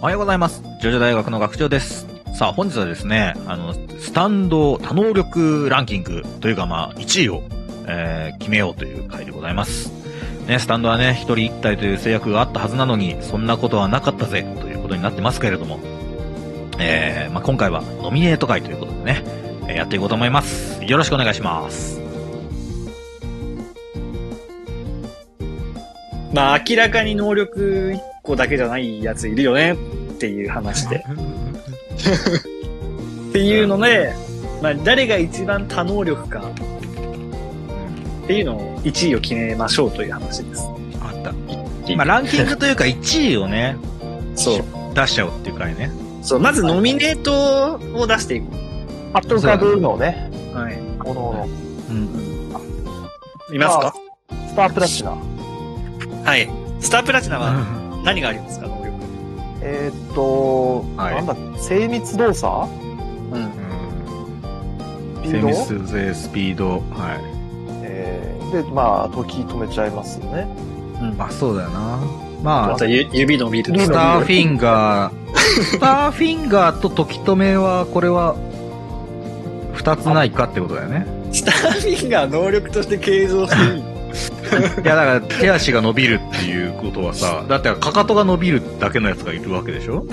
おはようございます。ジョジョ大学の学長です。さあ、本日はですね、あの、スタンド多能力ランキングというか、まあ、1位を、えー決めようという回でございます。ね、スタンドはね、一人一体という制約があったはずなのに、そんなことはなかったぜ、ということになってますけれども、えー、まあ、今回はノミネート会ということでね、えーやっていこうと思います。よろしくお願いします。まあ、明らかに能力1個だけじゃないやついるよねっていう話で。っていうので、まあ、誰が一番多能力かっていうのを1位を決めましょうという話です。あった。まあ、ランキングというか1位をね、そう。出しちゃおうっていう回ね。そう、まずノミネートを出していこパッと浮かぶのをね、う。はい。おのおの。うん。いますかスタープラチナ。はい。スタープラチナは何がありますか能力。えーっと、はいなんだ、精密動作うん。スピ精ード密性、スピード。はい。えー、で、まあ、時止めちゃいますよね。うん。まあ、そうだよな。まああ、とゆ指伸びるとスターか。フィンガー、スターフィンガーと時止めは、これは、二つないかってことだよ ね。スターフィンが能力として計上していい。いや、だから手足が伸びるっていうことは さ、だってかかとが伸びるだけのやつがいるわけでしょ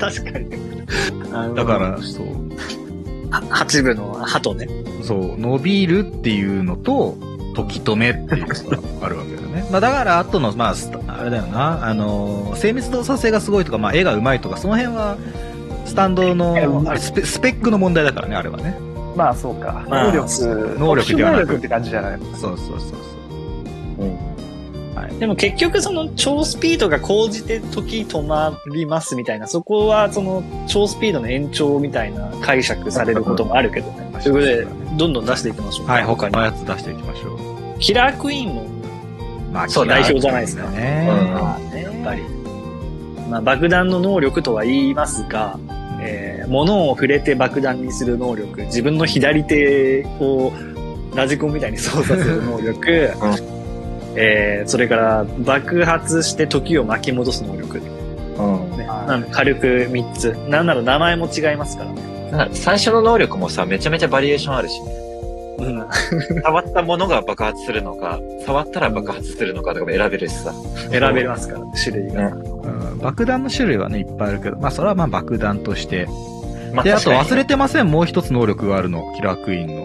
確かに。 だから、そう。ら。八部の鳩ね。そう、伸びるっていうのと、時止めっていうのがあるわけだよね。 まあだから、あとの、まあ、スタあれだよな、あのー、精密動作性がすごいとか、まあ絵が上手いとか、その辺は、スタンドのスペスペックの問題だからね、あれはね。まあ、そうか。まあ能力。能力ではなく特殊能力って感じじゃない。そうそうそうそう。でも結局その超スピードが高じて時止まりますみたいな、そこはその超スピードの延長みたいな解釈されることもあるけどね。ということで、どんどん出していきましょう。はい、他のやつ出していきましょう。キラークイーンも、まあそうキラー代表じゃないですかね。まあねやっぱり、まあ、爆弾の能力とは言いますが、えー物を触れて爆弾にする能力、自分の左手をラジコンみたいに操作する能力、えーそれから爆発して時を巻き戻す能力。うんね、なんで軽く3つ。なんなら名前も違いますからね。なんか最初の能力もさ、めちゃめちゃバリエーションあ るし、うん。触ったものが爆発するのか、触ったら爆発するのかとかも選べるしさ。選べますから、種類が。うん爆弾の種類はね、いっぱいあるけど、まあそれはまあ爆弾として。まで、あと忘れててません、もう一つ能力があるの。キラークイーンの。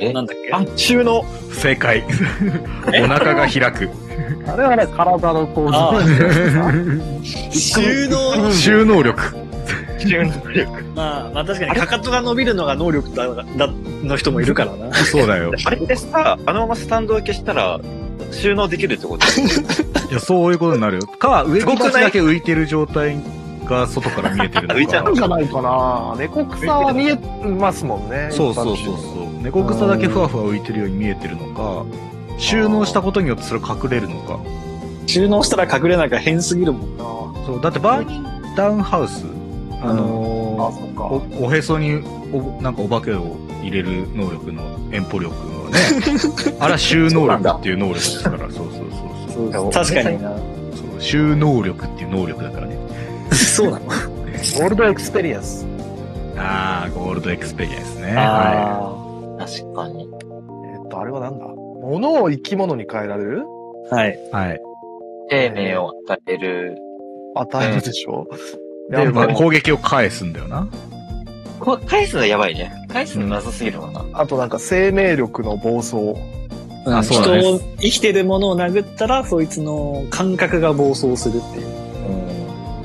えなんだっけあ収納。正解。 お腹が開く。あれはね、体の構あ造 収納。収納力。能力。まあ、まあ確かに、かかとが伸びるのが能力だ、だ、の人もいるからな。そうだよ。あれってさ、あのままスタンドを消したら、収納できるってこと いや、そういうことになるよ。か、上に立つだけ浮いてる状態が外から見えてるのか。浮いちゃなんじゃないかな。猫草は見えますもんね。そうそうそうそう。猫草だけふわふわ浮いてるように見えてるのか、収納したことによってそれ隠れるのか。収納したら隠れなんか変すぎるもんな。そう、だってバーニンダウンハウス、あああ、のーそっか。お、おへそにお、なんかお化けを入れる能力の遠歩力のね、あれは収納力っていう能力ですから、そうそうそうそうそう確かにな。そうそう。収納力っていう能力だからね。そうなのゴールドエクスペリエンス。あー、ゴールドエクスペリエンスね。はあ確かに。えーっと、あれはなんだ物を生き物に変えられるあ。はい。い。はい。生命を与える。与えるでしょ、で、やっまぱあ、攻撃を返すんだよな。こう返すのやばいね。返すの謎すぎるもんな。あとなんか生命力の暴走。あうんそうだね人を、生きてるものを殴ったら、そいつの感覚が暴走するっていう。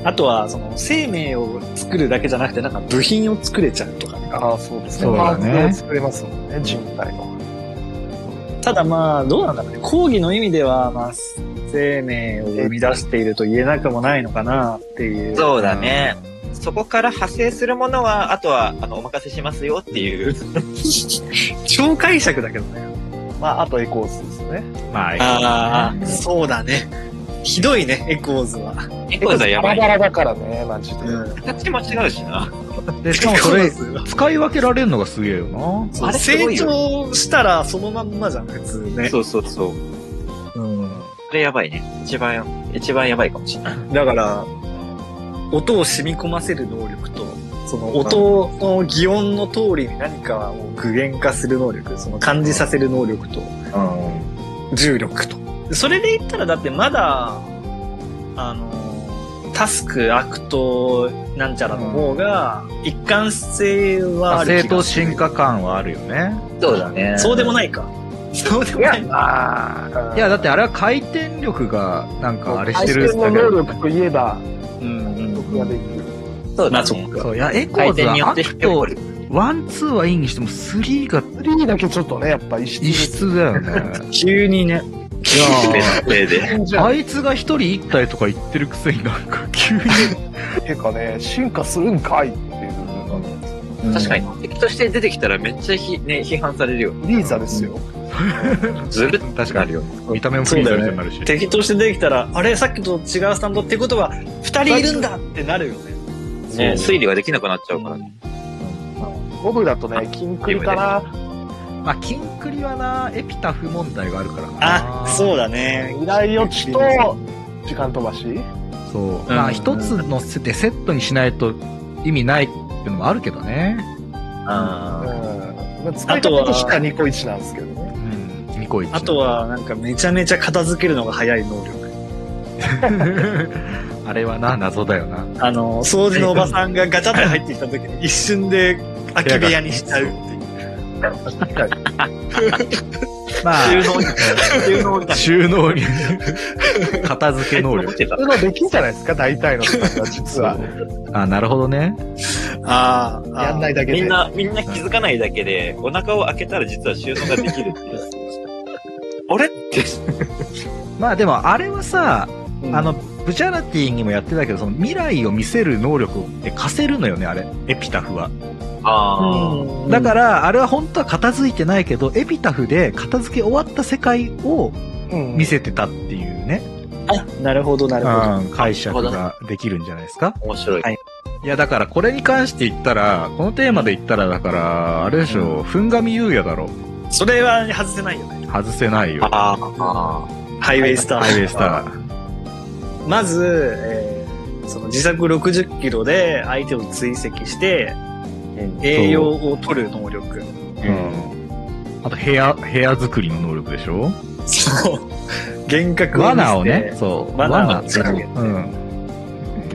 あとは、その、生命を作るだけじゃなくて、なんか部品を作れちゃうとかね。ああ、そうですね。そうだねパーツを作れますもんね、人体の。ただまあ、どうなんだろうね。講義の意味では、まあ、生命を生み出していると言えなくもないのかなっていう。そうだね。そこから派生するものは、あとは、あの、お任せしますよっていう。超解釈だけどね。まあ、あとエコースですね。まあ、ああ、そうだね。ひどいね、エコーズは。 エコーズはやばバい。ラバラだからね、マジで。うん。形も違うしな。で、しか もそれ、そう使い分けられるのがすげえよな。あれすご成いよ長したらそのまんまじゃん、普通ね。そうそうそう。うん。あれやばいね。一番、一番やばいかもしれない。だから、音を染み込ませる能力と、その音の擬音の通りに何かを具現化する能力、その感じさせる能力と、うん。重力と。それで言ったらだってまだ、あの、タスク、アクト、なんちゃらの方が、一貫性はまあある正気が当する進化感はあるよね。そうだね。そうでもい。ないか。そうでもない。あいや、だってあれは回転力がなんかあれしてる回転の能力といえば、うんうん僕ができる。そうまだあそっね。か。そう、いや、エコ回ーズ転によはアってクト、ワン、ツーはいいにしても、スリーが3だけちょっとね、やっぱ異質異質だよね。急にね。いやそれで。じーゃあん。いつが一人一体とか言ってるくせになんか急に。てかね、進化するんかいっていう。確かに、敵として出てきたらめっちゃひ、ね、批判されるよ。リーザですよ。ずるっ 確かにあるよ。見た目もフリーザみたいになるし。敵として出てきたら、あれさっきと違うスタンドってことは、二人いるんだってなるよね。とね、推理ができなくなっちゃうからね。ボブだとね、金クリかな。まあ、キンクリはな、エピタフ問題があるからな。あ、そうだね。未来予知と、時間飛ばしそう。まあ、一つのせでセットにしないと意味ないっていうのもあるけどね。うん。あまあ使い方としてはニコイチなんですけど ね。うん。ニコイチ。あと。は、なんかめちゃめちゃ片付けるのが早い能力。 あれはな、謎だよな。あの、掃除のおばさんがガチャって入ってきた時に一瞬で空き部屋にしちゃうっていう。まあ、収納に、収納に。収納に。片付け能持っ力。てたそういうのできんじゃないですか、大体の人は実は。あ、なるほどね。あーあー。やんないだけで。みんな、みんな気づかないだけで、お腹を開けたら実は収納ができるっていう。あれって。まあでも、あれはさ、うんあの、ブチャラティにもやってたけど、その未来を見せる能力って貸せるのよね、あれ。エピタフは。あだから、あれは本当は片付いてないけど、エピタフで片付け終わった世界をうん見せてたっていうね、あ、なるほど、なるほど。うん解釈ができるんじゃないですかあ、。面白い。いや、だからこれに関して言ったら、このテーマで言ったら、だから、あれでしょ、ふんがみゆうやだろ。それは外せないよね。外せないよ。ああ、ハイウェイスター。ハイウェイスター。まず、えーその時速60キロで相手を追跡して、栄養を取る能力。う ん。あと、部屋、部屋作りの能力でしょそう。幻覚を見せて。罠をね、そう、罠を罠仕掛けてうん。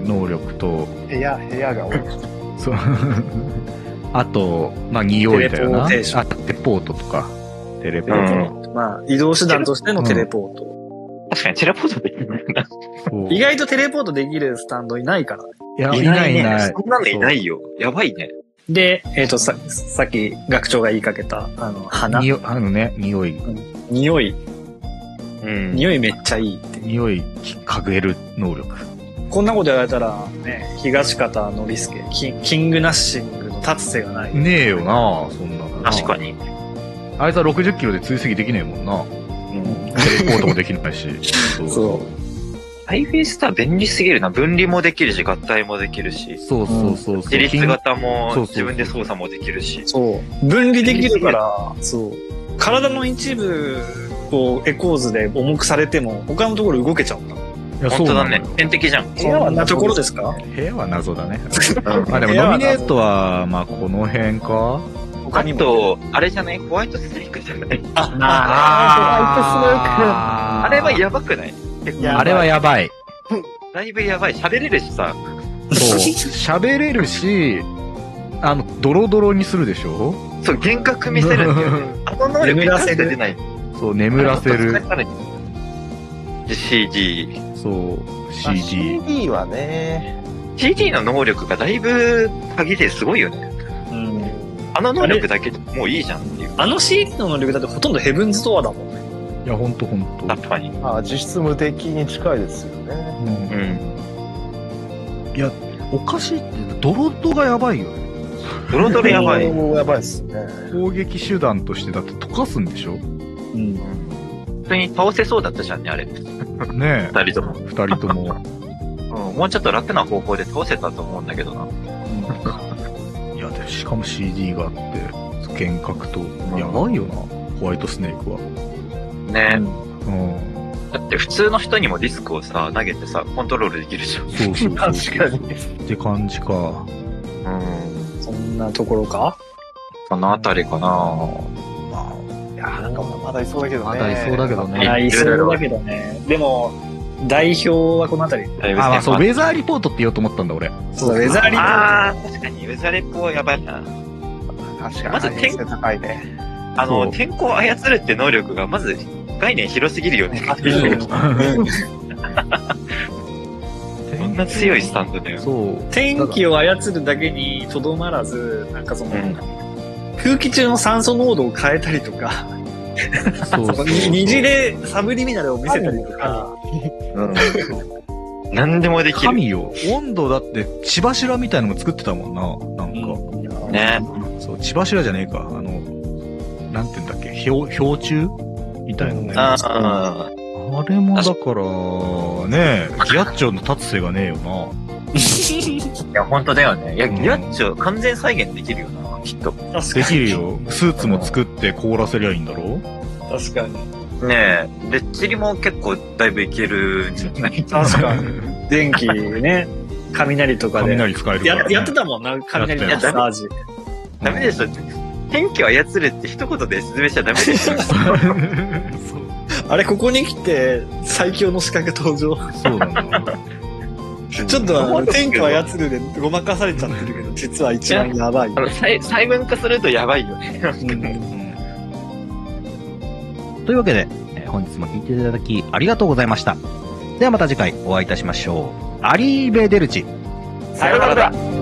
能力と、部屋、部屋が多い。そう。 あと、まあ、匂いだよな。あ、テレポーテーションテポートとか。テレポうート。ん。まあ、移動手段としてのテレポート。確かにテレポートできるな。そう意外とテレポートできるスタンドいないからね。いや、いいなないいいなねい。。そんなのいないよ。やばいね。で、えっ、と、さ、さっき学長が言いかけた、あの、そう鼻。匂い、あのね、匂い。匂い。うん匂いめっちゃいいって。匂い、嗅げる能力。こんなことやられたら、ね、東方のりすけ、キンキングナッシングの立つ瀬がない。ねえよなそんなのな。確かに。あいつは60キロで追跡できねえもんな。テレポートもできないし。そうそハイフェイスター便利すぎるな。分離もできるし、合体もできるし、そうそうそう。自立型もそうそう自分で操作もできるしう。。そう。分離できるから、そう。体の一部をエコーズで重くされても、他のところ動けちゃうんいだ。や本当だねそうなの。よ天敵じゃん。部屋はそんなところですかか部屋は謎だね。あまあでも、部屋ノはミ謎ネートは、まあこの辺か。他にも。と、あれじゃないホワイトスネークじゃないああれはやばくないやばいあれはやばい。だいぶやばい。喋れるしさ。 そう。喋れるし、あの、ドロドロにするでしょそう、幻覚見せるんだよね。 あの能力眠らせる出ない。そう、眠らせる。。 CD。そう、まあ CG。 CD はね、 CD の能力がだいぶ限りですごいよね。うんあの能力だけでもういいじゃんっていう。あの CD の能力だってほとんどヘブンズドアだもんね。いや、ほんとほんやっと。ぱり。まあ実質無敵に近いですよね。ううんん。いや、おかしいって、ドロドロがやばいよね。ドロドロやばい。もうやばいですね。攻撃手段としてだって溶かすんでしょうん。普通に倒せそうだったじゃんね、あれ。二ね人とも。え、二人とも。うん。もうちょっと楽な方法で倒せたと思うんだけどな。 いや、で、しかも CD があって、幻覚と、やばいよな、ホワイトスネークは。ねうん。だって普通の人にもディスクをさ、投げてさ、コントロールできるじゃん。そう そうそう。確かに。って感じか。うん。そんなところかそのあたりかなまいやーなんかまだいそうだけどね。まだいそうだけどねいや、いそうだけどね。でも、代表はこの辺り。だいあ、ぶあ、まあそう、ウ先ェザーリポートって言おうと思ったんだ、俺。そうだ、ウェザーリポーあー確かに、ウェザーレポはやばいな。確かに。まず再現性高いね。あその、う天候を操るって能力が、まず、概念広すぎるよね。ト。そんな強いスタンドだよ。そう。 天気を操るだけにとどまらず、なんかその、うん空気中の酸素濃度を変えたりとか、そう そうそう虹でサブリミナルを見せたりとか、何でもできる。神よ。温度だって、血柱みたいのも作ってたもんな、なんか。ね。そう、血柱じゃねえか。あの、なんて言うんだっけ、氷、氷柱みたいなね。ああ、あれもだから、ねギアッチョの立つ瀬がねえよいや、本当だよね。いや、うんギラッチョ完全再現できるよな、きっと。確な。かでに。きるよ。スーツも作って凍らせりゃいいんだろ確かに。ねえ。で、チリも結構だいぶいけるんじゃない確かに。電気ね、雷とかで。雷使えるからね、ややってたもんな、雷のマッサージ。ダメでしょ。天気を操るって一言で説明しちゃダメでしょ。そうあれ、ここに来て、最強の資格登場。 そうなんだ。 ちょっとあの、天気をる。操るでごまかされちゃってるけど、実は一番やばい。あの、細細分化するとやばいよね。うんというわけで、えー本日も聞いていただきありがとうございました。ではまた次回お会いいたしましょう。アリーベデルチ。さよならだ。